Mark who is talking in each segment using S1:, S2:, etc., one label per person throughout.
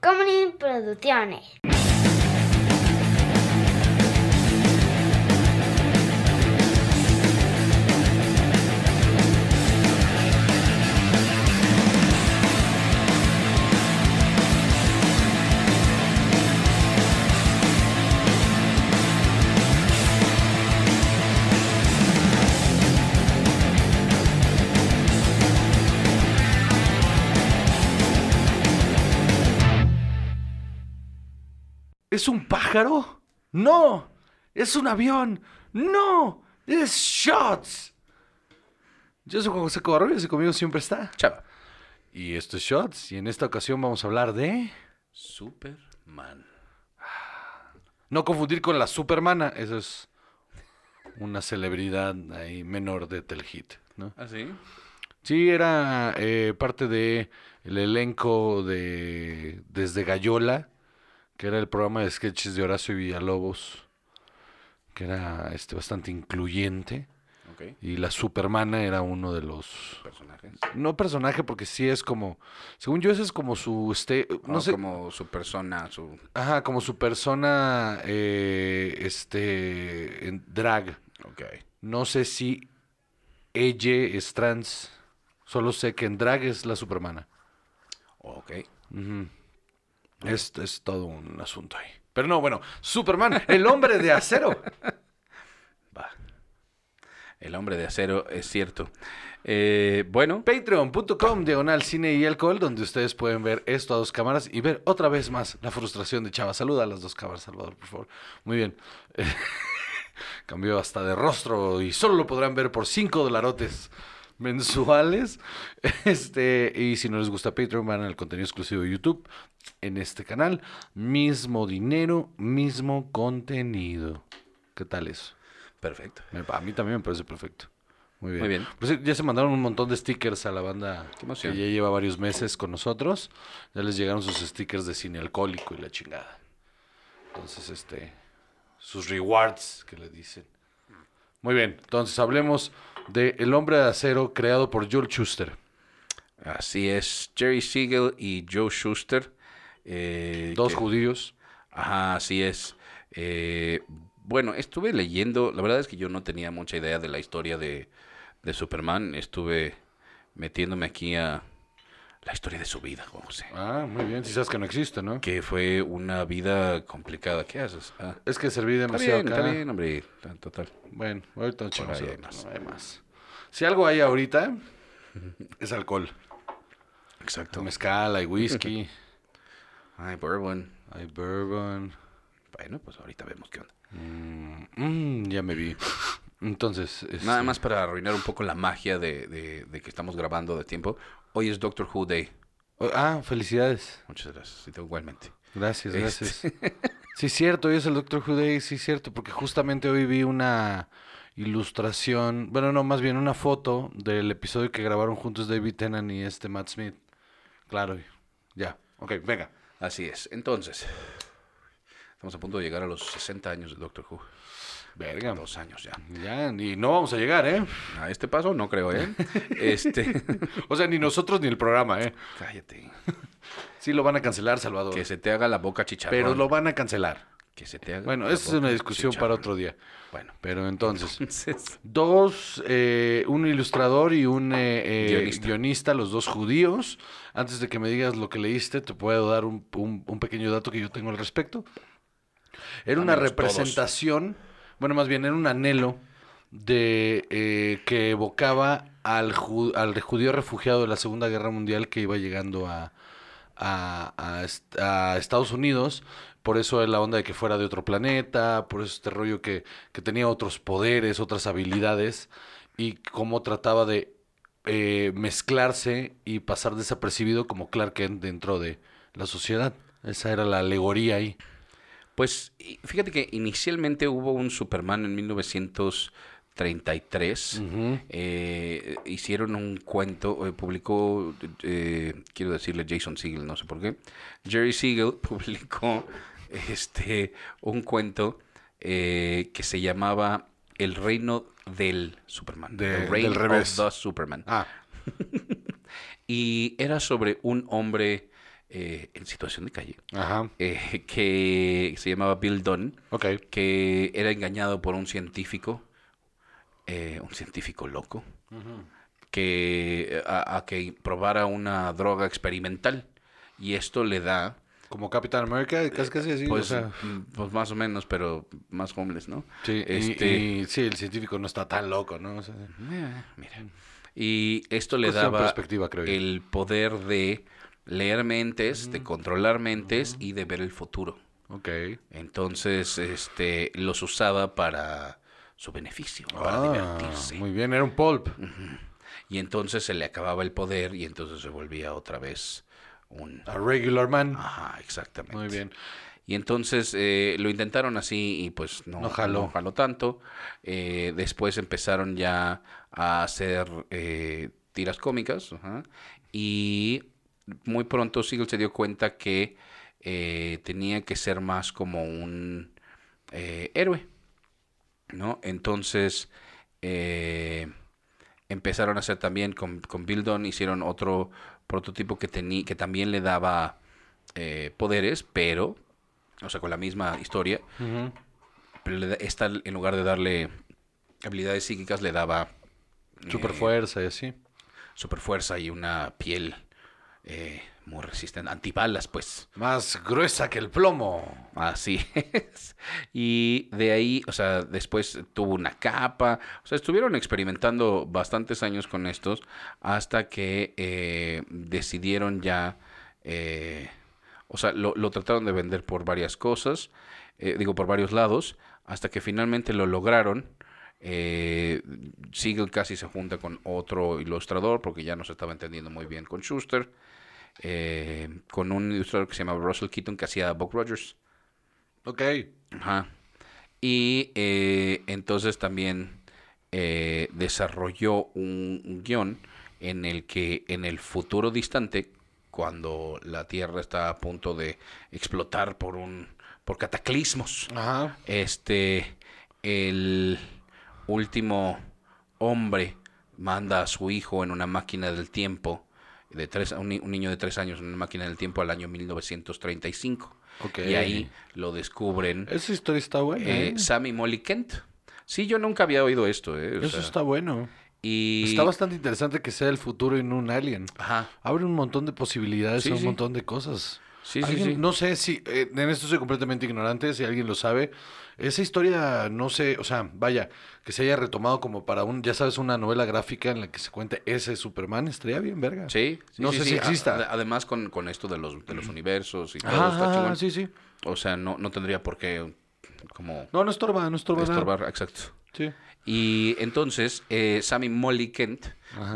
S1: Comedy Producciones.
S2: ¿Es un pájaro? No. ¿Es un avión? No. Es Shots. Yo soy Juan José Covarrubias y conmigo siempre está.
S3: Chava.
S2: Y esto es Shots y en esta ocasión vamos a hablar de...
S3: Superman.
S2: No confundir con la Supermana. Eso es una celebridad ahí menor de Telhit, ¿no?
S3: ¿Ah, sí?
S2: Sí, era eh, parte de el elenco de Desde Gallola, que era el programa de sketches de Horacio Villalobos, que era este bastante incluyente.
S3: Ok.
S2: Y la Supermana era uno de los
S3: Personajes.
S2: no personaje porque sí es como, según yo ese es como su este, no
S3: O
S2: sé,
S3: Ah, Como su persona, su.
S2: ajá, como su persona eh, este en drag.
S3: Ok.
S2: No sé si ella es trans. Solo sé que en drag es la supermana.
S3: Ok.
S2: Esto es todo un asunto ahí. Pero no, bueno, Superman, el hombre de acero.
S3: Va. El hombre de acero es cierto. Eh, bueno,
S2: Patreon.com, diagonal cine y alcohol, donde ustedes pueden ver esto a dos cámaras y ver otra vez más la frustración de Chava. Saluda a las dos cámaras, Salvador, por favor. Muy bien. Cambió hasta de rostro y solo lo podrán ver por 5 dolarotes mensuales. Este, y si no les gusta Patreon, van al contenido exclusivo de YouTube en este canal. Mismo dinero, mismo contenido. ¿Qué tal eso?
S3: perfecto.
S2: Me- A mí también me parece perfecto. Muy bien.
S3: Muy bien.
S2: Por cierto, ya se mandaron un montón de stickers a la banda
S3: Qué emoción.
S2: que ya lleva varios meses con nosotros. Ya les llegaron sus stickers de cine alcohólico y la chingada. Entonces, este, sus rewards que le dicen. Muy bien, entonces hablemos de El Hombre de Acero creado por Joel Schuster.
S3: Así es. Jerry Siegel y Joe Schuster. eh,
S2: Dos
S3: que-
S2: judíos.
S3: Ajá, así es. Eh, bueno, estuve leyendo, la verdad es que yo no tenía mucha idea de la historia de, de Superman, estuve metiéndome aquí a la historia de su vida, Juan José,
S2: Ah, muy bien. Si sabes que no existe, ¿no?
S3: que fue una vida complicada. ¿Qué haces? Ah,
S2: Es que serví
S3: está
S2: demasiado
S3: bien, está
S2: acá.
S3: bien, hombre, está- total.
S2: Bueno, ahorita nos chingamos
S3: ahí
S2: el
S3: hay
S2: otro,
S3: más.
S2: no hay más. Si algo hay ahorita, es alcohol.
S3: Exacto.
S2: Hay mezcal, hay whisky,
S3: Ay, Bourbon.
S2: hay bourbon.
S3: Bueno, pues ahorita vemos qué onda.
S2: Mm, ya me vi. Entonces, este,
S3: Nada más para arruinar un poco la magia de, de- de que estamos grabando de tiempo. Hoy es Doctor Who Day.
S2: oh, ah, felicidades.
S3: Muchas gracias. Y te- igualmente.
S2: Gracias, gracias.
S3: Este-
S2: Sí, cierto, hoy es el Doctor Who Day, sí, cierto, porque justamente hoy vi una ilustración, bueno, no, más bien una foto del episodio que grabaron juntos David Tennant y este Matt Smith. Claro, ya. Ok, venga.
S3: Así es. Entonces, estamos a punto de llegar a los 60 años de Doctor Who.
S2: Verga.
S3: Dos años ya.
S2: Ya, y no vamos a llegar, ¿eh?
S3: A este paso no creo, ¿eh? Este.
S2: O sea, ni nosotros ni el programa, ¿eh?
S3: Cállate.
S2: Sí lo van a cancelar, Salvador.
S3: Que se te haga la boca chicharrón.
S2: Pero lo van a cancelar.
S3: Que se te haga.
S2: Bueno,
S3: la
S2: esa es
S3: boca
S2: una discusión para
S3: chicharrón.
S2: otro día.
S3: Bueno.
S2: Pero entonces,
S3: Entonces,
S2: dos, eh, un ilustrador y un eh, eh,
S3: Guionista.
S2: guionista. los dos judíos. Antes de que me digas lo que leíste, te puedo dar un, un- un pequeño dato que yo tengo al respecto. Era una
S3: Dámelos todos.
S2: representación, bueno, más bien era un anhelo de eh, que evocaba al, ju- al judío refugiado de la Segunda Guerra Mundial que iba llegando a, a, a est- a Estados Unidos. Por eso la onda de que fuera de otro planeta, por eso este rollo que, que tenía otros poderes, otras habilidades, y cómo trataba de eh, mezclarse y pasar desapercibido como Clark Kent dentro de la sociedad. Esa era la alegoría ahí.
S3: pues y- fíjate que inicialmente hubo un Superman en 1933.
S2: Mm.
S3: Eh, hicieron un cuento, eh, publicó, eh, quiero decirle Jason Siegel, no sé por qué. Jerry Siegel publicó este, un cuento eh, que se llamaba El reino del Superman.
S2: De-
S3: The Reign
S2: del revés.
S3: of the Superman.
S2: Ah,
S3: Y era sobre un hombre eh, en situación de calle,
S2: Ajá.
S3: eh, que se llamaba Bill Dunn,
S2: Ok.
S3: que era engañado por un científico, eh, un científico loco, que a, a que probara una droga experimental. Y esto le da,
S2: Como Capitán América, casi casi así. o
S3: pues,
S2: sea,
S3: mm, pues más o menos, pero más homeless, ¿no?
S2: sí, y-
S3: este-
S2: y sí, el científico no está tan loco, ¿no? O sea,
S3: Eh, Mira. Y esto le
S2: Mm. Cuestión de
S3: daba
S2: perspectiva, creo yo.
S3: el poder de leer mentes,
S2: Mm.
S3: de controlar mentes y de ver el futuro.
S2: ok.
S3: Entonces, este, los usaba para su beneficio, para
S2: Ah,
S3: divertirse.
S2: Muy bien, era un pulp.
S3: Y entonces se le acababa el poder y entonces se volvía otra vez un...
S2: A regular man.
S3: Ajá, exactamente.
S2: Muy bien.
S3: Y entonces eh, lo intentaron así y pues no,
S2: No jaló.
S3: no tanto. Eh, después empezaron ya a hacer eh, tiras cómicas. ajá. Y muy pronto Siegel se dio cuenta que eh, tenía que ser más como un eh, héroe. ¿No? Entonces eh, empezaron a hacer también con, con Bill Dunn, hicieron otro prototipo que, tenía que también le daba eh, poderes, pero, o sea, con la misma historia,
S2: Ujú.
S3: pero le da- esta, en lugar de darle habilidades psíquicas, le daba Eh,
S2: Super fuerza y así.
S3: super fuerza y una piel eh, muy resistente, antibalas, pues.
S2: Más gruesa que el plomo.
S3: Así es. Y de ahí, o sea, después tuvo una capa. O sea, estuvieron experimentando bastantes años con estos hasta que eh, decidieron ya, eh, o sea, lo, lo trataron de vender por varias cosas, eh, digo, por varios lados, hasta que finalmente lo lograron. Eh, Siegel casi se junta con otro ilustrador porque ya no se estaba entendiendo muy bien con Schuster. eh, con un ilustrador que se llamaba Russell Keaton que hacía Buck Rogers.
S2: Ok.
S3: Ajá. Y eh, entonces también eh, desarrolló un, un guión en el que en el futuro distante, cuando la Tierra está a punto de explotar por un por cataclismos,
S2: Ajá.
S3: este el último hombre manda a su hijo en una máquina del tiempo de tres un, ni- un niño de tres años en una máquina del tiempo al año 1935
S2: Ok.
S3: y ahí lo descubren
S2: Esa historia está buena.
S3: eh,
S2: ¿eh?
S3: Sammy Molly Kent. Sí, yo nunca había oído esto. eh, o
S2: Eso
S3: sea,
S2: está bueno.
S3: y...
S2: Está bastante interesante que sea el futuro y no un alien.
S3: Ajá.
S2: Abre un montón de posibilidades
S3: Sí,
S2: a un
S3: sí.
S2: montón de cosas.
S3: Sí, sí,
S2: Alguien-
S3: sí.
S2: No sé si, eh, en esto soy completamente ignorante, si alguien lo sabe. Esa historia, no sé, o sea, vaya, que se haya retomado como para un, ya sabes, una novela gráfica en la que se cuente ese Superman, estaría bien, verga.
S3: Sí, sí,
S2: No
S3: sí,
S2: sé
S3: sí,
S2: si
S3: ah, a-
S2: exista.
S3: a- además, con, con esto de los, de los universos y todo está
S2: Ah,
S3: chingón.
S2: sí, sí.
S3: O sea, no, no tendría por qué como
S2: No, no estorba, no estorba nada.
S3: estorbar. Exacto.
S2: Sí.
S3: Y entonces, eh, Sam y Molly Kent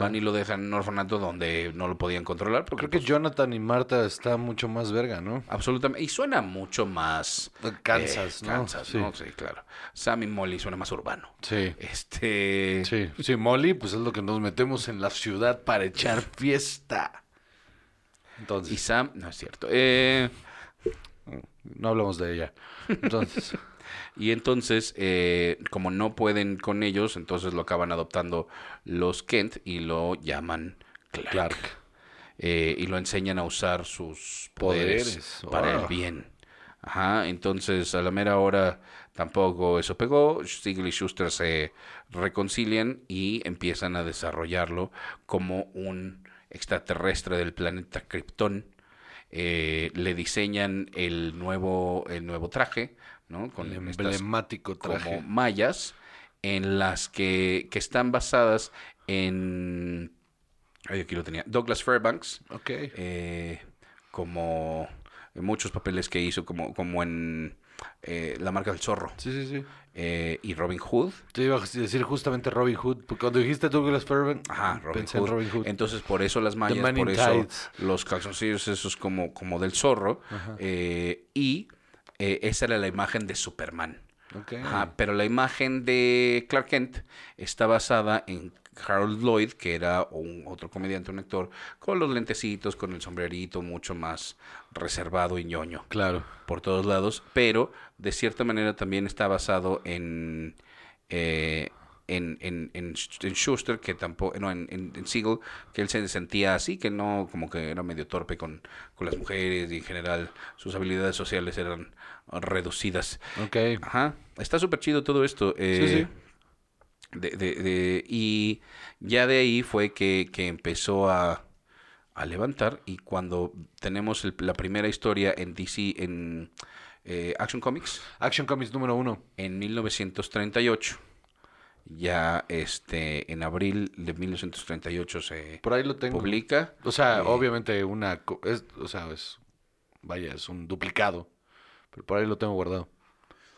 S3: van y lo dejan en un orfanato donde no lo podían controlar. Porque
S2: Creo que Jonathan y Marta está mucho más verga, ¿no?
S3: Absolutamente. Y suena mucho más...
S2: Kansas,
S3: eh,
S2: ¿no?
S3: Kansas,
S2: Sí.
S3: ¿no? Sí, claro. Sam y Molly suena más urbano.
S2: Sí.
S3: Este...
S2: Sí, sí, Molly, pues es lo que nos metemos en la ciudad para echar fiesta.
S3: Y
S2: Entonces,
S3: Sam, no es cierto. Eh,
S2: no hablamos de ella. Entonces,
S3: y entonces, eh, como no pueden con ellos, entonces lo acaban adoptando los Kent y lo llaman Clark.
S2: Clark.
S3: Eh, y lo enseñan a usar sus poderes,
S2: Poderes,
S3: para
S2: ah.
S3: el bien. Ajá, entonces a la mera hora tampoco eso pegó. Siegel y Schuster se reconcilian y empiezan a desarrollarlo como un extraterrestre del planeta Krypton. Eh, le diseñan el nuevo, el nuevo traje, ¿no? Con
S2: El
S3: estas
S2: emblemático traje.
S3: como mallas en las que, que están basadas en... Ay, aquí lo tenía. Douglas Fairbanks,
S2: Ok.
S3: eh, como en muchos papeles que hizo, como, como en eh, La marca del zorro
S2: Sí, sí, sí.
S3: eh, y Robin Hood.
S2: Te iba a decir justamente Robin Hood, porque cuando dijiste Douglas Fairbanks,
S3: Ajá, Robin
S2: pensé
S3: Hood.
S2: en Robin Hood.
S3: Entonces, por eso las mallas,
S2: Man
S3: por
S2: in
S3: eso
S2: Tights. Ah.
S3: los calzoncillos esos como, como del zorro. eh, y eh, esa era la imagen de Superman.
S2: Ok.
S3: Ajá, pero la imagen de Clark Kent está basada en Harold Lloyd, que era un otro comediante, un actor, con los lentecitos, con el sombrerito, mucho más reservado y ñoño
S2: Claro.
S3: por todos lados, pero de cierta manera también está basado en, eh, en, en, en, Sch- en Schuster, que tampoco, no, en, en, en Siegel, que él se sentía así, que no, como que era medio torpe con, con las mujeres y en general sus habilidades sociales eran reducidas.
S2: Ok.
S3: Ajá, está súper chido todo esto.
S2: Sí,
S3: eh,
S2: sí.
S3: de- de- de- y ya de ahí fue que, que empezó a, a levantar. Y cuando tenemos el- la primera historia en DC, en eh, Action Comics,
S2: Action Comics número uno.
S3: en 1938, ya este en abril de 1938 se
S2: Por ahí lo tengo.
S3: publica.
S2: O sea,
S3: Eh,
S2: obviamente una... co- es- o sea, es... Vaya, es un duplicado. Pero por ahí lo tengo guardado.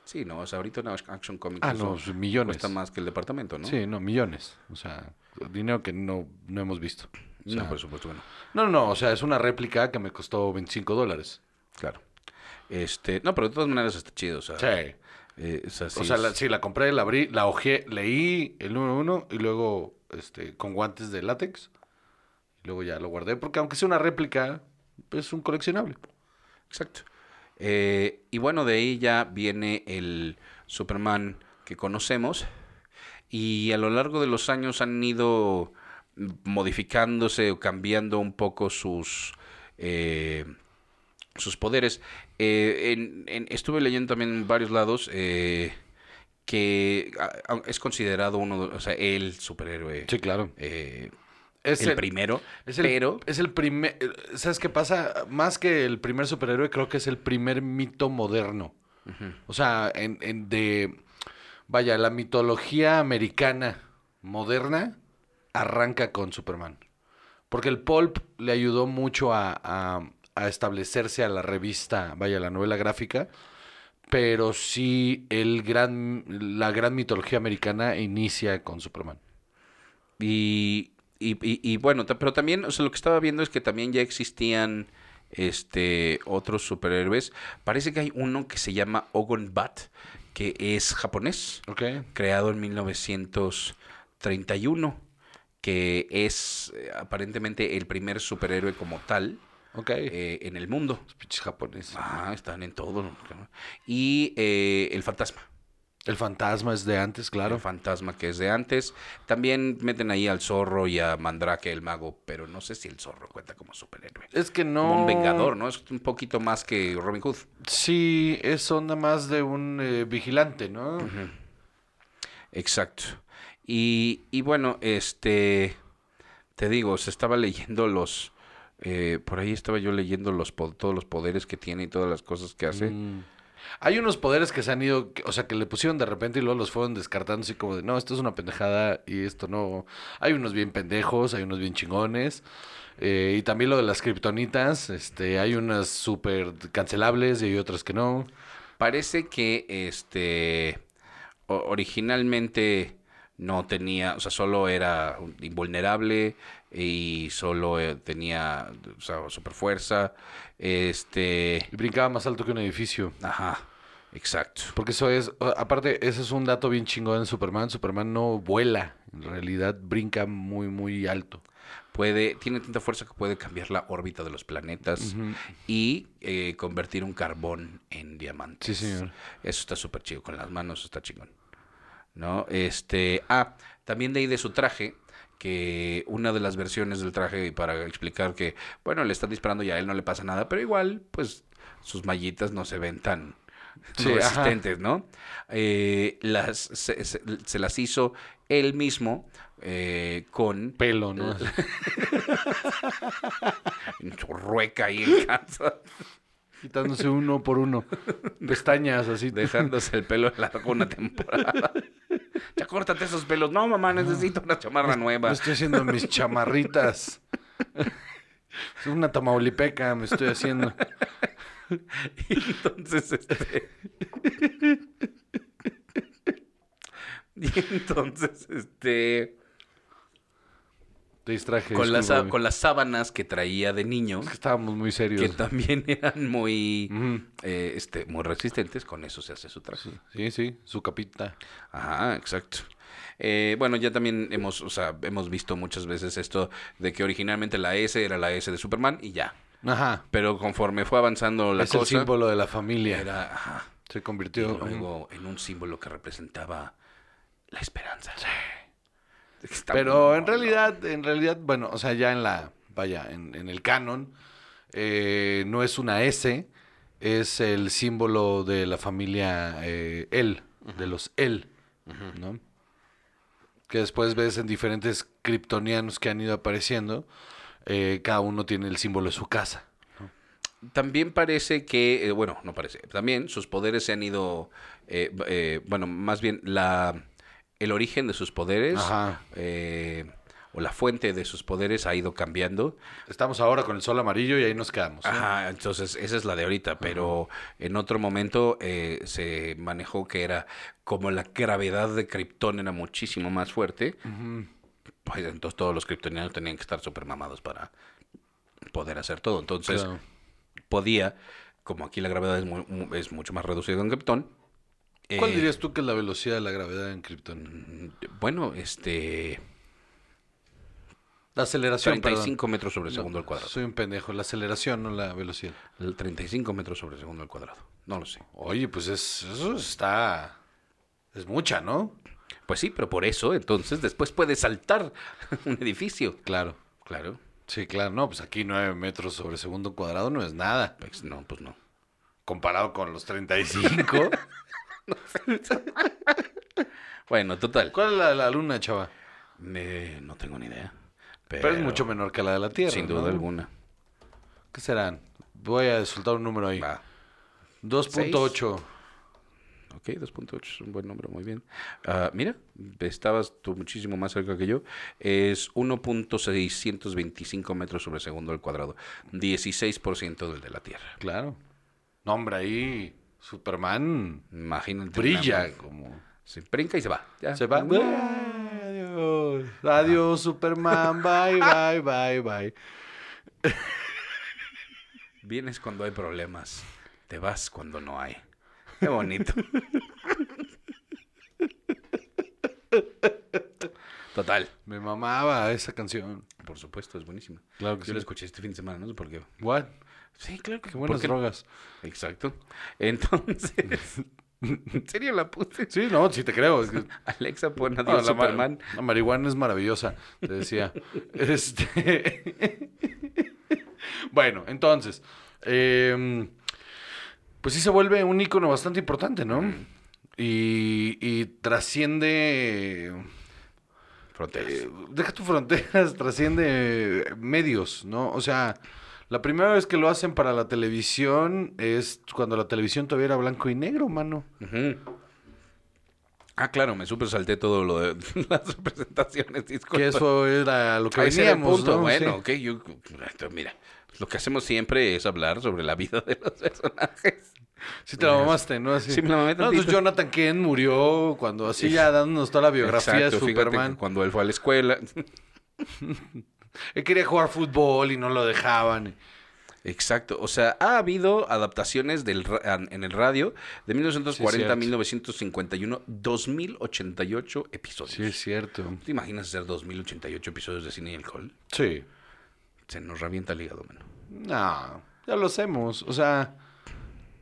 S3: Sí, no, o sea, ahorita una Action Comics
S2: Ah,
S3: eso
S2: no, millones.
S3: cuesta más que el departamento, ¿no?
S2: Sí, no, millones. O sea, dinero que no, no hemos visto. O sea,
S3: no, por supuesto que no.
S2: No, no, no, o sea, es una réplica que me costó 25 dólares.
S3: Claro. Este, no, pero de todas maneras está chido, o sea,
S2: Sí.
S3: eh, o sea, sí
S2: o sea,
S3: es-
S2: la- sí, la compré, la abrí, la ojeé, leí el número uno y luego este, con guantes de látex. Y luego ya lo guardé, porque aunque sea una réplica, es un coleccionable.
S3: Exacto. Eh, y bueno, de ahí ya viene el Superman que conocemos. Y a lo largo de los años han ido modificándose o cambiando un poco sus, eh, sus poderes. Eh, en- en- estuve leyendo también en varios lados eh, que a- a- es considerado uno, de- o sea, el superhéroe.
S2: Sí, claro.
S3: eh,
S2: Es
S3: el, primero.
S2: es el-
S3: pero
S2: Es el primer... ¿Sabes qué pasa? Más que el primer superhéroe, creo que es el primer mito moderno. O sea, en, en de... Vaya, la mitología americana moderna arranca con Superman. Porque el pulp le ayudó mucho a, a- a establecerse a la revista, vaya, a la novela gráfica. Pero sí, el gran, la gran mitología americana inicia con Superman.
S3: Y, y, y- y bueno, ta- pero también, o sea, lo que estaba viendo es que también ya existían este otros superhéroes. Parece que hay uno que se llama Ogon Bat, que es japonés,
S2: ¿Ok?
S3: creado en 1931, que es eh, aparentemente el primer superhéroe como tal
S2: Ok.
S3: eh, en el mundo.
S2: Los pinches japoneses.
S3: Ah, están en todo. ¿no? Y eh, el fantasma.
S2: El fantasma es de antes, claro.
S3: El fantasma que es de antes. También meten ahí al zorro y a Mandrake el mago, pero no sé si el zorro cuenta como superhéroe.
S2: Es que no.
S3: Como un vengador, ¿no? Es un poquito más que Robin Hood.
S2: Sí, es onda más de un eh, vigilante, ¿no?
S3: Exacto. Y, y bueno, este, te digo, se estaba leyendo los, eh, por ahí estaba yo leyendo los po- todos los poderes que tiene y todas las cosas que hace.
S2: Mm. Hay unos poderes que se han ido, que- o sea, que le pusieron de repente y luego los fueron descartando así como de, no, esto es una pendejada y esto no. Hay unos bien pendejos, hay unos bien chingones. Eh, y también lo de las kriptonitas, este, hay unas súper cancelables y hay otras que no.
S3: Parece que este o- originalmente no tenía, o sea, solo era un- invulnerable y solo eh, tenía, o sea, super fuerza. Este,
S2: Y brincaba más alto que un edificio.
S3: ajá, exacto.
S2: Porque eso es, o- aparte, ese es un dato bien chingón en Superman. Superman no vuela, en realidad brinca muy, muy alto.
S3: Puede, tiene tanta fuerza que puede cambiar la órbita de los planetas y eh, convertir un carbón en diamante.
S2: Sí, señor.
S3: Eso está súper chido. Con las manos está chingón. ¿No? Este. Ah, también de ahí de su traje. Que una de las versiones del traje, y para explicar que, bueno, le están disparando y a él no le pasa nada, pero igual, pues, sus mallitas no se ven tan
S2: Sí, ajá.
S3: resistentes, ¿no? Eh, las, se, se- se las hizo él mismo eh, con
S2: Pelo, ¿no?
S3: rueca ahí en casa,
S2: Quitándose uno por uno. Pestañas así.
S3: dejándose el pelo largo una temporada. Ya córtate esos pelos. No, mamá, necesito una chamarra
S2: Me
S3: nueva.
S2: estoy haciendo mis chamarritas. Es una tamaulipeca, me estoy haciendo.
S3: Entonces, este... Y entonces, este...
S2: Te distraje.
S3: Con las,
S2: disculpa,
S3: sa- con las sábanas que traía de niño,
S2: güey. Es que estábamos muy
S3: que
S2: serios.
S3: también eran muy,
S2: Ujú.
S3: eh, este, muy resistentes, con eso se hace su traje.
S2: Sí, sí, su capita.
S3: Ajá, exacto. Eh, bueno, ya también hemos, o sea, hemos visto muchas veces esto de que originalmente la S era la S de Superman y ya.
S2: Ajá.
S3: Pero conforme fue avanzando la
S2: es el
S3: cosa,
S2: símbolo de la familia.
S3: era ajá,
S2: Se
S3: y
S2: convirtió.
S3: luego en un símbolo que representaba la esperanza. Está
S2: Pero
S3: muy
S2: en realidad, en realidad, bueno, o sea, ya en la, vaya, en, en el canon, eh, no es una S, es el símbolo de la familia eh, L, de los L, ¿no? Que después ves en diferentes kryptonianos que han ido apareciendo, eh, cada uno tiene el símbolo de su casa.
S3: También parece que, eh, bueno, no parece, también sus poderes se han ido, eh, b- eh, bueno, más bien la, el origen de sus poderes
S2: Ajá.
S3: eh, o la fuente de sus poderes ha ido cambiando.
S2: Estamos ahora con el sol amarillo y ahí nos quedamos. ¿no?
S3: Ajá, entonces esa es la de ahorita, pero en otro momento eh, se manejó que era como la gravedad de Krypton era muchísimo más fuerte,
S2: Ujú.
S3: pues entonces todos los kryptonianos tenían que estar súper mamados para poder hacer todo. Entonces
S2: Claro.
S3: podía, como aquí la gravedad es, mu- mu- es mucho más reducida en Krypton. eh,
S2: ¿Cuál dirías tú que es la velocidad de la gravedad en Krypton?
S3: mm, Bueno, este.
S2: La aceleración, perdón.
S3: 35 metros sobre segundo al cuadrado.
S2: Soy un pendejo, la aceleración, no la velocidad.
S3: El 35 metros sobre segundo al cuadrado. No lo sé.
S2: Oye, pues es, eso está. Es mucha, ¿no?
S3: Pues sí, pero por eso, entonces, después puede saltar un edificio.
S2: Claro.
S3: Claro.
S2: Sí, claro, no, pues aquí 9 metros sobre segundo cuadrado no es nada.
S3: Pues no, pues no.
S2: Comparado con los 35.
S3: Bueno, total.
S2: ¿Cuál es la, de la luna, chava?
S3: Me- no tengo ni idea. Pero,
S2: Pero, es mucho menor que la de la Tierra.
S3: Sin duda
S2: ¿no?
S3: alguna.
S2: ¿Qué serán? Voy a soltar un número ahí.
S3: Va.
S2: 2.8.
S3: Ok, 2.8 es un buen número, muy bien. Ah, mira, estabas tú muchísimo más cerca que yo. Es 1.625 metros sobre segundo al cuadrado. 16% del de la Tierra.
S2: Claro. No, hombre, ahí Superman
S3: Imagínate. nada
S2: brilla
S3: más.
S2: como.
S3: Se brinca y se va. ya.
S2: Se va. Adiós. Adiós, Superman. Bye, bye, bye, bye.
S3: Vienes cuando hay problemas. Te vas cuando no hay. Qué bonito. Total.
S2: Me mamaba esa canción.
S3: Por supuesto, es buenísima.
S2: Claro
S3: Yo la escuché este fin de semana, no sé por qué.
S2: What?
S3: Sí, claro que
S2: Qué buenas
S3: ¿por qué no?
S2: drogas.
S3: Exacto. Entonces, ¿en serio la puse?
S2: Sí, no, sí te creo. Es que-
S3: Alexa, pon
S2: No,
S3: adiós
S2: la, ma-
S3: Superman.
S2: la marihuana es maravillosa, te decía. este... bueno, entonces, eh, pues sí se vuelve un icono bastante importante, ¿no? Y, y trasciende,
S3: Fronteras.
S2: eh, deja tus fronteras, trasciende eh, medios, ¿no? O sea, la primera vez que lo hacen para la televisión es cuando la televisión todavía era blanco y negro, mano.
S3: Ujú. Ah, claro, me super salté todo lo de las presentaciones, disculpa.
S2: Que eso era lo que
S3: Ese era el
S2: veníamos,
S3: punto.
S2: ¿no?
S3: Bueno,
S2: Sí.
S3: ok, yo- esto, mira, lo que hacemos siempre es hablar sobre la vida de los personajes.
S2: Sí te la mamaste, ¿no? Así.
S3: pues, Sí, me la mamé
S2: No, entonces
S3: tantito.
S2: Jonathan Kent murió cuando así ya dándonos toda la biografía
S3: Exacto,
S2: de
S3: fíjate que
S2: Superman.
S3: Cuando él fue a la escuela.
S2: Él quería jugar fútbol y no lo dejaban.
S3: Exacto, o sea, ha habido adaptaciones del ra- an- en el radio de 1940 a
S2: Sí,
S3: 1951, 2088 episodios.
S2: Sí, es cierto.
S3: ¿Te imaginas hacer 2088 episodios de cine y alcohol?
S2: Sí.
S3: Se nos revienta el hígado, mano.
S2: No, ya lo hacemos. O sea,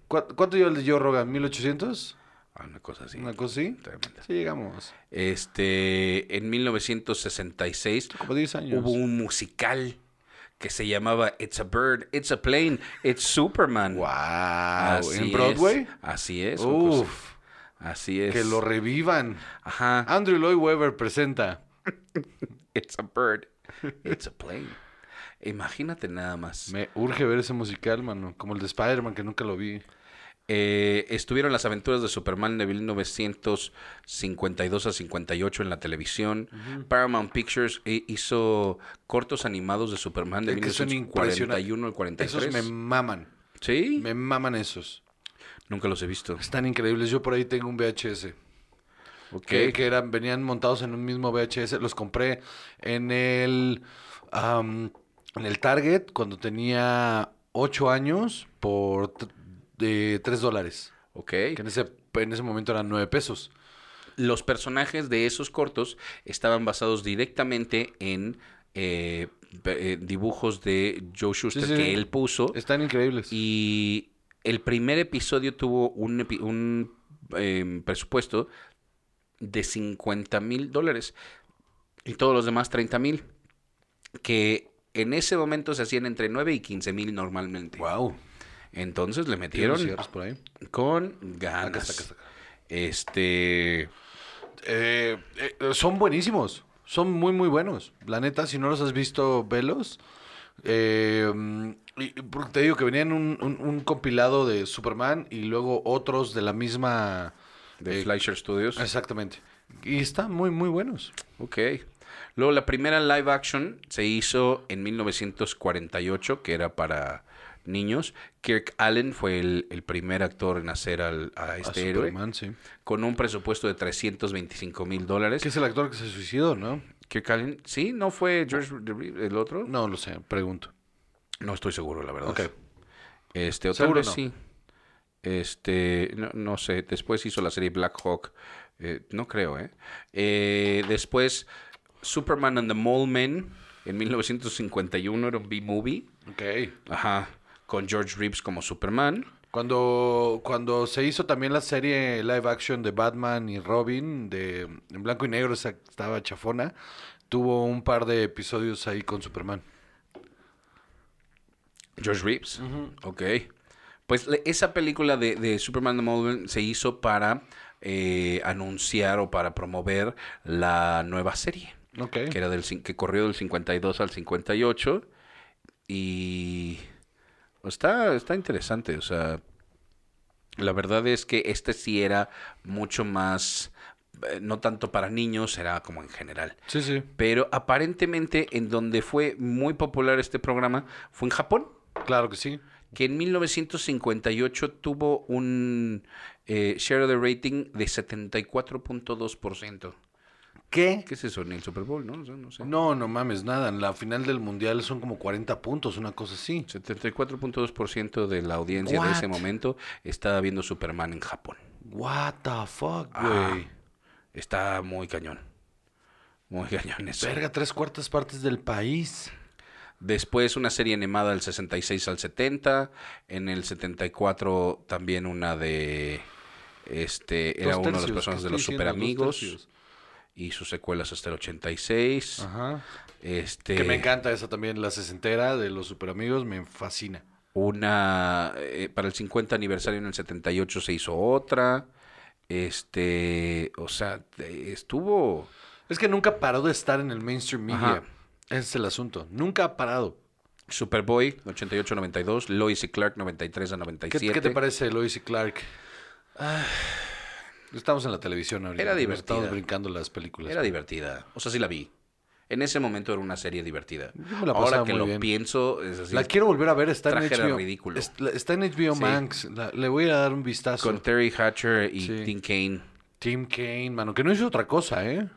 S2: ¿cu- ¿cuánto dio el de Joe Rogan? ¿1800?
S3: Ah, Una cosa así.
S2: ¿Una cosa así?
S3: Tremenda.
S2: Sí, llegamos.
S3: Este, en 1966
S2: Como 10 años.
S3: hubo un musical que se llamaba It's a Bird, It's a Plane, It's Superman.
S2: ¡Wow!
S3: Así
S2: ¿En
S3: es,
S2: Broadway?
S3: Así es. una cosa-
S2: Uf, Ah.
S3: Así es.
S2: que lo revivan.
S3: Ajá.
S2: Andrew Lloyd Webber presenta.
S3: It's a bird. It's a plane. Imagínate nada más.
S2: Me urge ver ese musical, mano. Como el de Spider-Man, que nunca lo vi.
S3: Eh, estuvieron las aventuras de Superman de 1952 a 58 en la televisión. Paramount Pictures eh, hizo cortos animados de Superman de
S2: Es Eh, que son
S3: 1941 al 43.
S2: Esos me maman.
S3: Sí,
S2: Me maman esos.
S3: nunca los he visto.
S2: Están increíbles. Yo por ahí tengo un VHS.
S3: Ok.
S2: Que, que eran, venían montados en un mismo VHS. Los compré en el, am, en el Target cuando tenía 8 años por tr- de 3 dólares.
S3: ok.
S2: Que en ese, en ese momento eran 9 pesos.
S3: Los personajes de esos cortos estaban basados directamente en eh, pe- eh, dibujos de Joe Shuster
S2: sí,
S3: que
S2: sí.
S3: él puso.
S2: Están increíbles.
S3: Y el primer episodio tuvo un, epi- un, em, presupuesto de 50 mil dólares y todos los demás 30 mil, que en ese momento se hacían entre 9 y 15 mil normalmente.
S2: Wow.
S3: Entonces le
S2: ¿Tienes
S3: metieron
S2: cigarros por ahí?
S3: con
S2: Acá está, acá
S3: ganas.
S2: está, acá.
S3: Este,
S2: Eh, eh, son buenísimos. Son muy, muy buenos. La neta, si no los has visto, velos. Eh, mm, y- y porque te digo que venían un, un- un compilado de Superman y luego otros de la misma.
S3: de
S2: eh,
S3: Fleischer Studios.
S2: Exactamente. Y están muy, muy buenos.
S3: Ok. Luego la primera live action se hizo en 1948, que era para niños. Kirk Allen fue el, el primer actor en hacer al, a
S2: A
S3: este héroe,
S2: Superman, sí.
S3: con un presupuesto de 325 mil dólares.
S2: Que es el actor que se suicidó, ¿no?
S3: Kirk Allen, sí, ¿no fue George Reeves el otro?
S2: No lo sé, pregunto.
S3: No estoy seguro, la verdad.
S2: Ok.
S3: Este, o
S2: Seguro
S3: tal vez
S2: no.
S3: sí. Este, no, no sé. Después hizo la serie Black Hawk. Eh, no creo, ¿eh? Eh, Después, Superman and the Mole Men en 1951 era un B-movie.
S2: Ok.
S3: Ajá. Con George Reeves como Superman.
S2: Cuando, cuando se hizo también la serie live action de Batman y Robin, de en blanco y negro, esa que estaba chafona, tuvo un par de episodios ahí con Superman.
S3: George Reeves. Ok. Pues le- esa película de, de Superman the Mole Men se hizo para eh, anunciar o para promover la nueva serie.
S2: Ok.
S3: que era del cin- que corrió del 52 al 58 y pues, está está interesante, o sea, la verdad es que este sí era mucho más eh, no tanto para niños, era como en general.
S2: Sí, sí.
S3: Pero aparentemente en donde fue muy popular este programa fue en Japón,
S2: Claro que sí.
S3: que en 1958 tuvo un eh, share de rating de 74.2%.
S2: ¿Qué?
S3: ¿Qué es eso? Ni el Super Bowl, ¿no? O sea, no sé.
S2: No, no mames, nada. En la final del mundial son como 40 puntos, una cosa así.
S3: 74.2% de la audiencia de ese
S2: What?
S3: momento estaba viendo Superman en Japón.
S2: What the fuck,
S3: Ah,
S2: güey.
S3: Está muy cañón. Muy cañón eso.
S2: Verga, tres cuartas partes del país.
S3: Después una serie animada del 66 al 70. En el 74 también una de... Este, era
S2: Dos
S3: uno de los
S2: tercios,
S3: personajes
S2: ¿qué
S3: de los
S2: estoy diciendo? Dos tercios. Ah.
S3: superamigos. Y sus secuelas hasta el 86.
S2: Ajá.
S3: Este,
S2: Que me encanta esa también, la sesentera de los superamigos, me fascina.
S3: Una, eh, para el 50 aniversario en el 78 se hizo otra. Este, o sea, te- estuvo...
S2: Es que nunca paró de estar en el mainstream media.
S3: Ajá.
S2: Ese es el asunto. Nunca ha parado.
S3: Superboy, 88-92, Lois y Clark, 93 a
S2: ¿Qué,
S3: 97.
S2: qué te parece Lois y Clark? Ah, Estamos en la televisión ahorita.
S3: Era
S2: nos
S3: divertida.
S2: Estamos brincando las películas.
S3: Era divertida. O sea, sí la vi. En ese momento era una serie divertida.
S2: Yo me la
S3: Ahora
S2: pasaba
S3: que
S2: muy
S3: lo
S2: bien.
S3: pienso, es así.
S2: La quiero volver a ver. Está en
S3: Traje era
S2: HBO.
S3: ridículo.
S2: Es- la- Está en HBO
S3: Sí.
S2: Max. La- le voy a dar un vistazo.
S3: Con Terry Hatcher y
S2: Sí.
S3: Tim Kaine.
S2: Tim Kane, mano. Que no hizo otra cosa,
S3: Pues
S2: ¿eh?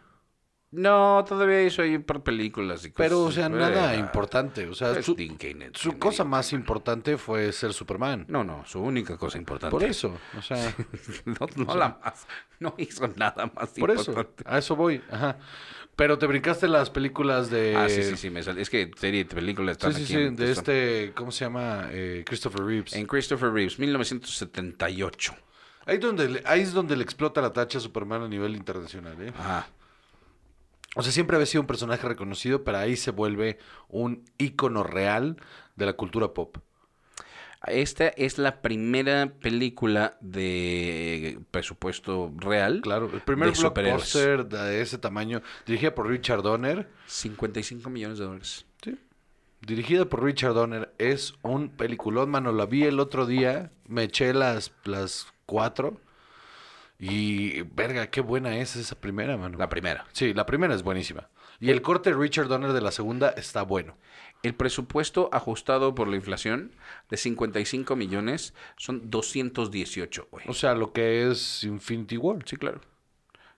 S3: No, todavía hizo ahí por películas y cosas.
S2: Pero, o sea, nada
S3: Eh,
S2: importante. O sea,
S3: pues,
S2: su,
S3: Tim Kaine es
S2: su
S3: bien
S2: cosa
S3: ridículo.
S2: más importante fue ser Superman.
S3: No, no, su única cosa importante.
S2: Por eso. O sea.
S3: no, no la más. No hizo nada más
S2: Por eso,
S3: importante.
S2: a eso voy. Ajá. Pero te brincaste las películas de.
S3: Ah, sí, sí, sí, me sale. Es que serie y película
S2: Sí,
S3: están
S2: sí,
S3: aquí
S2: sí,
S3: en-
S2: de
S3: están-
S2: este, ¿cómo se llama? Eh, Christopher Reeves.
S3: En Christopher Reeves, 1978.
S2: Ahí, donde le- ahí es donde le explota la tacha a Superman a nivel internacional. ¿eh?
S3: Ajá.
S2: O sea, siempre había sido un personaje reconocido, pero ahí se vuelve un ícono real de la cultura pop.
S3: Esta es la primera película de presupuesto real.
S2: Claro, el primer
S3: De superhéroes.
S2: blockbuster de ese tamaño, dirigida por Richard Donner.
S3: 55 millones de dólares.
S2: Sí. Dirigida por Richard Donner, es un peliculón, mano. La vi el otro día, me eché las, las cuatro. Y, verga, qué buena es esa primera, mano.
S3: La primera.
S2: Sí, la primera es buenísima. Y el corte de Richard Donner de la segunda está bueno.
S3: El presupuesto ajustado por la inflación de 55 millones son 218 hoy.
S2: O sea, lo que es Infinity War.
S3: Sí, claro.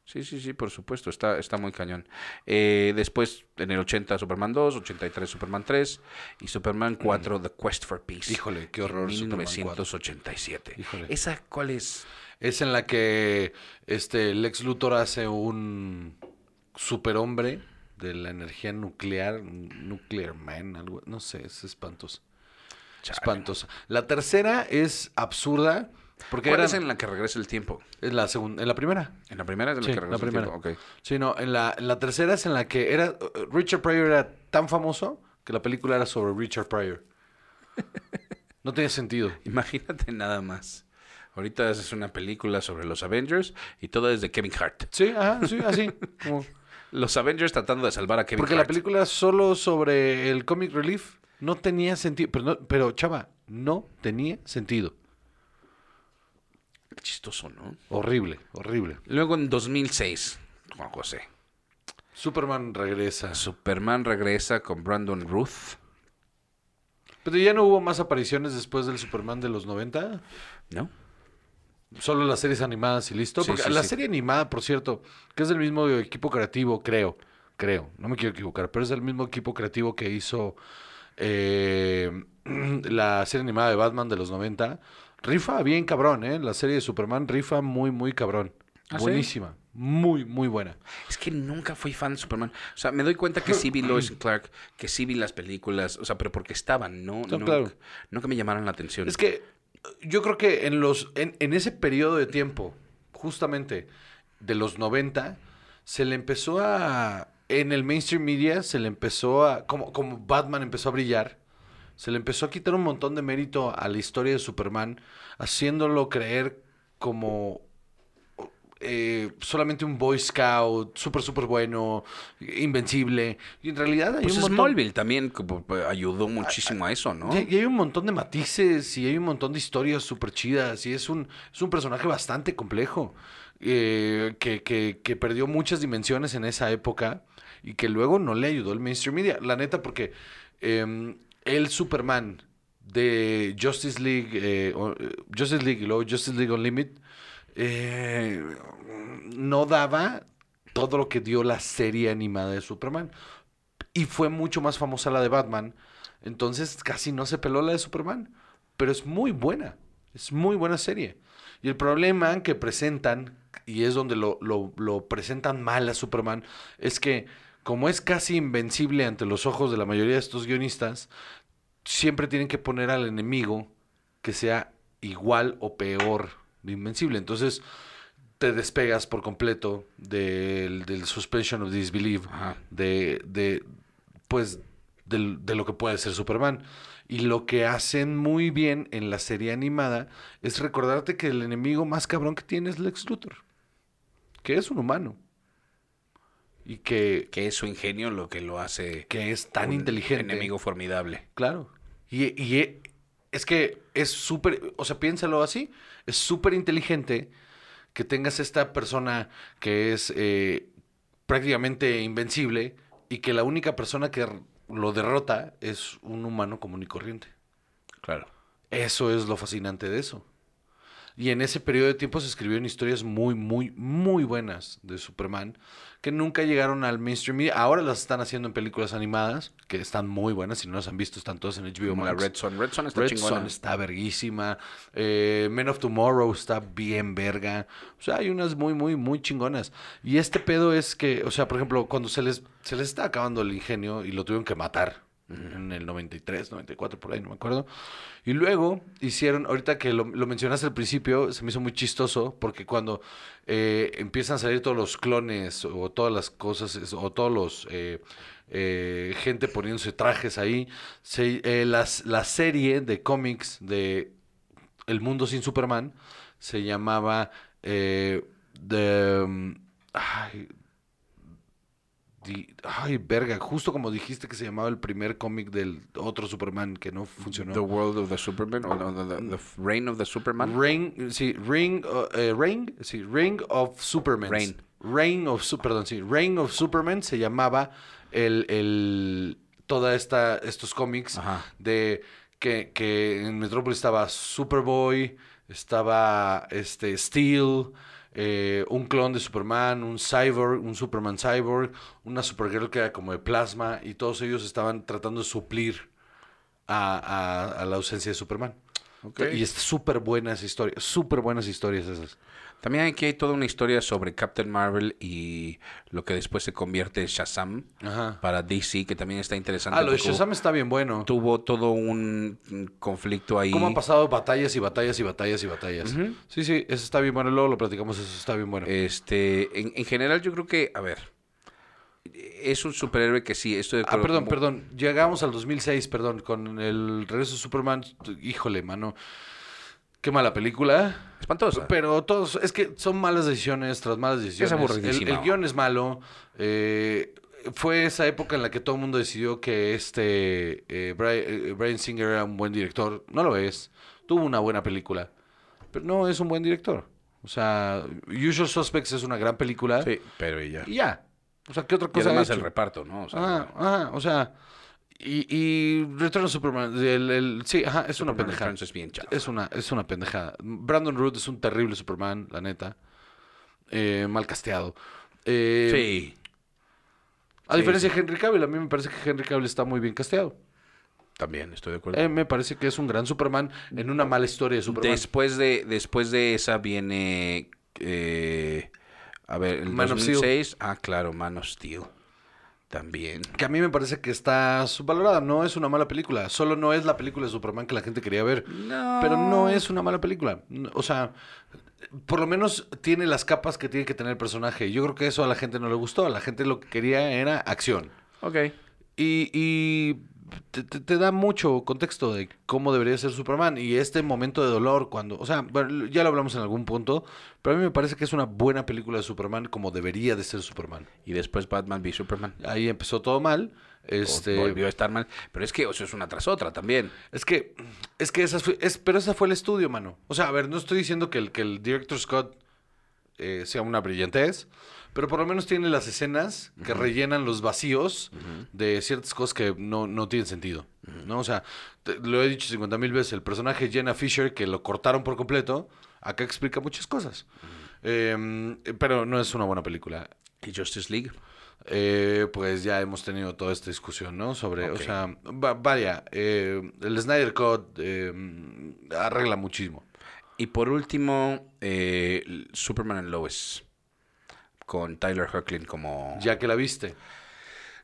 S3: Sí, sí, sí, por supuesto. Está, está muy cañón. Eh, después, en el 80, Superman 2, 83, Superman 3 y Superman 4, The Quest for Peace.
S2: Híjole, qué horror,
S3: En
S2: Superman
S3: 1987.
S2: Híjole.
S3: ¿Esa cuál es?
S2: Es en la que este Lex Luthor hace un superhombre de la energía nuclear, un Nuclear Man, algo, no sé, es espantoso.
S3: Chale.
S2: Espantosa. La tercera es absurda, Porque
S3: ¿Cuál
S2: eran-
S3: es en la que regresa el tiempo?
S2: es la segunda, en la primera.
S3: ¿En la primera es en la
S2: Sí,
S3: que
S2: la
S3: regresa
S2: primera.
S3: el tiempo? Ok.
S2: Sí, no, en la, en la tercera es en la que era Richard Pryor era tan famoso que la película era sobre Richard Pryor. No tiene sentido.
S3: Imagínate nada más. Ahorita es una película sobre los Avengers y todo es de Kevin Hart.
S2: Sí, ajá, sí, así. como-
S3: Los Avengers tratando de salvar a Kevin
S2: porque la
S3: Hart.
S2: película era solo sobre el comic relief no tenía sentido. Pero, no- pero chava, no tenía sentido.
S3: Qué Chistoso, ¿no?
S2: Horrible, horrible.
S3: Luego en 2006, Juan José.
S2: Superman regresa.
S3: Superman regresa con Brandon Ruth,
S2: Pero ya no hubo más apariciones después del Superman de los 90.
S3: ¿no?
S2: Solo las series animadas y listo.
S3: Sí,
S2: Porque
S3: sí,
S2: la
S3: sí.
S2: serie animada, por cierto, que es del mismo equipo creativo, creo. Creo, no me quiero equivocar, pero es del mismo equipo creativo que hizo eh, la serie animada de Batman de los 90. Rifa bien cabrón, ¿eh? La serie de Superman rifa muy, muy cabrón.
S3: ¿Ah, sí?
S2: Buenísima. Muy, muy buena.
S3: Es que nunca fui fan de Superman. O sea, me doy cuenta que sí vi Lois y Clark, que sí vi las películas, o sea, pero porque estaban, no,
S2: No,
S3: no,
S2: claro.
S3: nunca me llamaron la atención.
S2: Es que yo creo que en los en, en ese periodo de tiempo, justamente de los 90, se le empezó a en el mainstream media se le empezó a como como Batman empezó a brillar, se le empezó a quitar un montón de mérito a la historia de Superman, haciéndolo creer como eh, solamente un Boy Scout, súper, súper bueno, invencible. Y en realidad hay
S3: pues
S2: un montón- Ah,
S3: Smallville también como, eh, ayudó muchísimo a eso, ¿no?
S2: y, y hay un montón de matices y hay un montón de historias súper chidas y es un, es un personaje bastante complejo eh, que, que- que perdió muchas dimensiones en esa época y que luego no le ayudó el mainstream media. La neta, porque eh, el Superman de Justice League, eh, o- eh, Justice League y luego Justice League Unlimited eh, no daba todo lo que dio la serie animada de Superman. Y fue mucho más famosa la de Batman. Entonces casi no se peló la de Superman. Pero es muy buena. Es muy buena serie. Y el problema que presentan, y es donde lo, lo- lo presentan mal a Superman, es que como es casi invencible ante los ojos de la mayoría de estos guionistas, siempre tienen que poner al enemigo que sea igual o peor de invencible. Entonces te despegas por completo del, del suspension of disbelief,
S3: Ajá.
S2: de, de, pues, del- de lo que puede ser Superman. Y lo que hacen muy bien en la serie animada es recordarte que el enemigo más cabrón que tiene es Lex Luthor, que es un humano. Y que,
S3: Que es su ingenio lo que lo hace
S2: que es tan
S3: un
S2: inteligente.
S3: enemigo formidable.
S2: Claro. Y, y e- es que es súper, o sea, piénsalo así, es súper inteligente que tengas esta persona que es eh, prácticamente invencible y que la única persona que r- lo derrota es un humano común y corriente.
S3: Claro.
S2: Eso es lo fascinante de eso. Y en ese periodo de tiempo se escribieron historias muy, muy, muy buenas de Superman que nunca llegaron al mainstream. media. Ahora las están haciendo en películas animadas que están muy buenas. Si no las han visto, están todas en HBO
S3: Como la
S2: Max.
S3: Red Son. Red Son está
S2: Red
S3: chingona.
S2: Son está verguísima. Eh, Men of Tomorrow está bien verga. O sea, hay unas muy, muy, muy chingonas. Y este pedo es que, o sea, por ejemplo, cuando se les, se les está acabando el ingenio y lo tuvieron que matar en el 93, 94, por ahí, no me acuerdo. Y luego hicieron, ahorita que lo, lo mencionaste al principio, se me hizo muy chistoso porque cuando eh, empiezan a salir todos los clones o todas las cosas, es- o todos los... eh, eh, gente poniéndose trajes ahí. Se, eh, las, la serie de cómics de El Mundo Sin Superman se llamaba eh, The... mm, ay, di- ay, verga, justo como dijiste que se llamaba el primer cómic del otro Superman que no funcionó.
S3: The World of the Superman. o the, the- the Reign of the Superman.
S2: Ring, sí, Ring, uh, eh, Ring, sí, Ring of Superman.
S3: Reign.
S2: Reign of Su- perdón, sí, Reign of Superman se llamaba el, el toda esta estos cómics
S3: Ajá.
S2: de que, que en Metrópolis estaba Superboy, estaba este Steel, eh, un clon de Superman, un cyborg, un Superman cyborg, una Supergirl que era como de plasma y todos ellos estaban tratando de suplir a- a- a la ausencia de Superman.
S3: Ok.
S2: Y es súper buenas historias, súper buenas historias esas.
S3: También aquí hay toda una historia sobre Captain Marvel y lo que después se convierte en Shazam
S2: Ajá.
S3: para DC, que también está interesante.
S2: Ah, lo de
S3: porque
S2: Shazam está bien bueno.
S3: Tuvo todo un mm, conflicto ahí.
S2: ¿Cómo han pasado batallas y batallas y batallas y batallas? Sí, sí, eso está bien bueno. Luego lo platicamos, eso está bien bueno.
S3: Este, en, en general yo creo que, a ver, es un superhéroe que sí, estoy de
S2: Ah,
S3: acuerdo.
S2: perdón,
S3: como-
S2: perdón. Llegamos al 2006, perdón, con el regreso de Superman. Híjole, mano. Qué mala película.
S3: Espantosa.
S2: Pero todos, es que son malas decisiones tras malas decisiones.
S3: aburridísima.
S2: El, el guión es malo. eh, fue esa época en la que todo el mundo decidió que este eh, Bri- eh, Bryan Singer era un buen director. No lo es. Tuvo una buena película. Pero no es un buen director. O sea, Usual Suspects es una gran película.
S3: Sí, pero y ya.
S2: ¿eh? Y ya. O sea, ¿qué otra
S3: Y
S2: cosa? Ah, ha
S3: además el
S2: hecho?
S3: reparto, ¿no? O sea,
S2: Ajá, ajá, o sea. Y, y Return of Superman. el- el- sí, ajá, es una
S3: Superman
S2: pendejada.
S3: Returns es bien chafa.
S2: Es una, es una pendejada. Brandon Root es un terrible Superman, la neta. Eh, mal casteado. Eh,
S3: Sí,
S2: A
S3: sí,
S2: diferencia
S3: sí.
S2: de Henry Cavill, a mí me parece que Henry Cavill está muy bien casteado.
S3: también estoy de acuerdo.
S2: Eh, me parece que es un gran Superman en una mala historia de Superman.
S3: Después de, después de esa viene. eh, a ver, el
S2: Man of Steel.
S3: 2006. Ah, claro, Man of Steel. También.
S2: Que a mí me parece que está subvalorada. No es una mala película. Solo no es la película de Superman que la gente quería ver.
S3: No.
S2: Pero no es una mala película. No, O sea, por lo menos tiene las capas que tiene que tener el personaje. Yo creo que eso a la gente no le gustó. A la gente lo que quería era acción.
S3: Ok.
S2: Y, y te, te- te da mucho contexto de cómo debería ser Superman. Y este momento de dolor cuando... O sea, bueno, ya lo hablamos en algún punto. Pero a mí me parece que es una buena película de Superman como debería de ser Superman.
S3: Y después Batman v Superman.
S2: Ahí empezó todo mal.
S3: Este...
S2: Este,
S3: Volvió a estar mal. Pero es que, o sea, es una tras otra también.
S2: Es que, es que esa fue, es, pero esa fue el estudio, mano. O sea, a ver, no estoy diciendo que el, que el director Scott eh, sea una brillantez, pero por lo menos tiene las escenas que rellenan los vacíos de ciertas cosas que no, no tienen sentido, ¿no? O sea, te- lo he dicho 50 mil veces, el personaje Jenna Fisher, que lo cortaron por completo, acá explica muchas cosas. Em, pero no es una buena película.
S3: Y Justice League.
S2: Eh, pues ya hemos tenido toda esta discusión, ¿no? Sobre,
S3: Ok.
S2: o sea, va- vaya, eh, el Snyder Code eh, arregla muchísimo.
S3: Y por último, eh, Superman and Lois. Con Tyler Hoechlin como.
S2: Ya que la viste.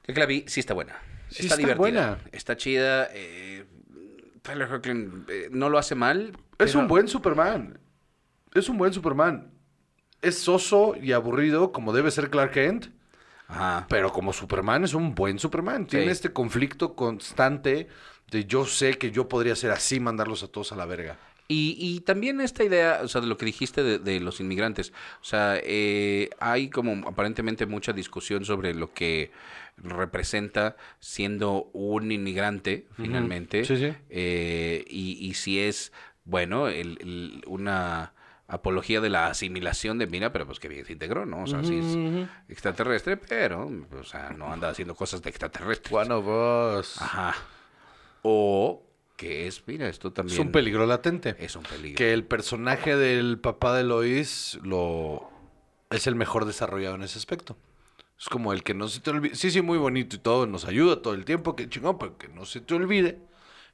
S3: Creo que la vi, sí está buena.
S2: Sí
S3: está,
S2: está
S3: divertida.
S2: buena.
S3: Está chida. eh, Tyler Hoechlin eh, no lo hace mal.
S2: Es
S3: pero-
S2: un buen Superman. Es un buen Superman. Es soso y aburrido como debe ser Clark Kent,
S3: Ajá.
S2: pero como Superman es un buen Superman.
S3: Sí.
S2: Tiene este conflicto constante de yo sé que yo podría ser así, mandarlos a todos a la verga.
S3: Y, y también esta idea, o sea, de lo que dijiste de, de los inmigrantes. O sea, eh, hay como aparentemente mucha discusión sobre lo que representa siendo un inmigrante, finalmente.
S2: Sí, sí.
S3: Eh, y, y si es, bueno, el- el- una apología de la asimilación de, mira, pero pues que bien se integró, ¿no? O sea, sí es extraterrestre, pero, o sea, no anda haciendo cosas de extraterrestres.
S2: One of us.
S3: Ajá. O que es, mira, esto también
S2: Es un peligro latente.
S3: es un peligro.
S2: que el personaje del papá de Lois lo es el mejor desarrollado en ese aspecto. Es como el que no se te olvide. Sí, sí, muy bonito y todo, nos ayuda todo el tiempo, que chingón, pero que no se te olvide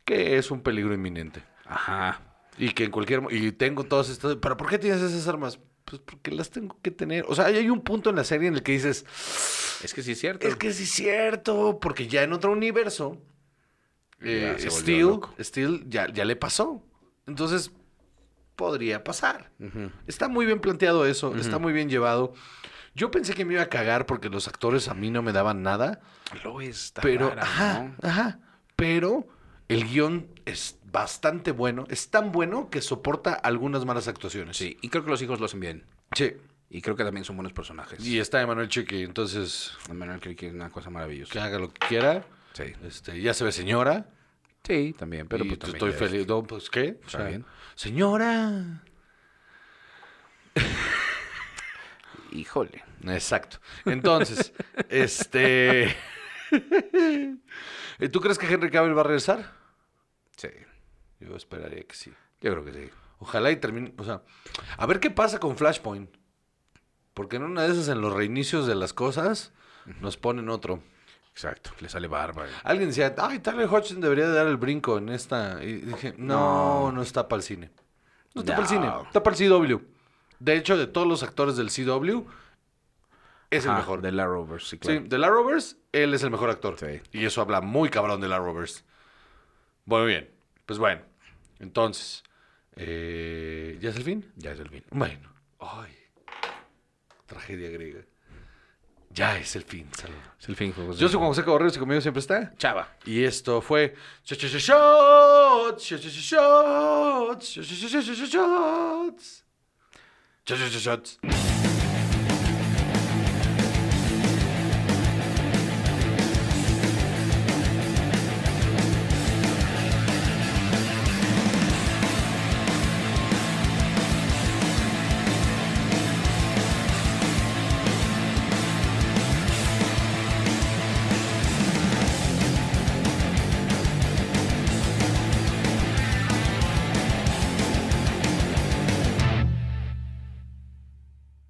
S2: que es un peligro inminente.
S3: Ajá.
S2: Y que en cualquier... mo- Y tengo todas estas... ¿Pero por qué tienes esas armas? Pues porque las tengo que tener. O sea, hay hay un punto en la serie en el que dices,
S3: Es que sí es cierto.
S2: es que sí es cierto, porque ya en otro universo, eh,
S3: Ya se volvió
S2: Steel,
S3: loco.
S2: Steel ya, ya le pasó. Entonces, podría pasar.
S3: Ujú.
S2: Está muy bien planteado eso, está muy bien llevado. Yo pensé que me iba a cagar porque los actores a mí no me daban nada,
S3: Lo está.
S2: pero
S3: rara,
S2: ajá,
S3: ¿no?
S2: ajá, pero el guión es bastante bueno, es tan bueno que soporta algunas malas actuaciones.
S3: Sí, y creo que los hijos lo hacen bien.
S2: Sí.
S3: Y creo que también son buenos personajes.
S2: Y está Emanuel Chiqui, entonces
S3: Manuel creo que es una cosa
S2: que
S3: maravillosa.
S2: haga lo que quiera.
S3: Sí.
S2: Este, ya se ve señora.
S3: Sí, también, pero
S2: y
S3: pues
S2: t-
S3: también
S2: estoy
S3: ya
S2: feliz. No, pues qué. O
S3: Está
S2: sea,
S3: bien.
S2: Señora.
S3: es- Híjole.
S2: Exacto. Entonces, este. ¿Tú crees que Henry Cavill va a regresar?
S3: Sí.
S2: Yo esperaría que sí.
S3: Yo creo que sí.
S2: Ojalá y termine. O sea, a ver qué pasa con Flashpoint. Porque en una de esas, en los reinicios de las cosas, nos ponen otro.
S3: Exacto, le sale barba.
S2: Alguien decía, ay, Tyler Hodgson debería de dar el brinco en esta. Y dije, no, no, está para el cine. No está para el
S3: No.
S2: cine, está para el CW. De hecho, de todos los actores del CW, es el
S3: Ah,
S2: mejor.
S3: De la Rovers, sí,
S2: Sí,
S3: claro.
S2: de la Rovers, él es el mejor actor.
S3: Sí.
S2: Y eso habla muy cabrón de la Rovers. Muy bien. Pues bueno, entonces, eh, ¿ya es el fin?
S3: Ya es el fin.
S2: Bueno, ay, tragedia griega. Ya es el fin, pues, Salvador.
S3: Es el fin, José.
S2: Yo soy Juan José Cabarreros y conmigo siempre está.
S3: Chava.
S2: Y esto fue Shot, Shot, Shot, Shot, Shot, Shot, Shot, Shot, Shot, Shot, Shot, Shots. Shot, Shot, Shot, Shots.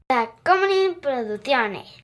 S1: Tacomunin Producciones.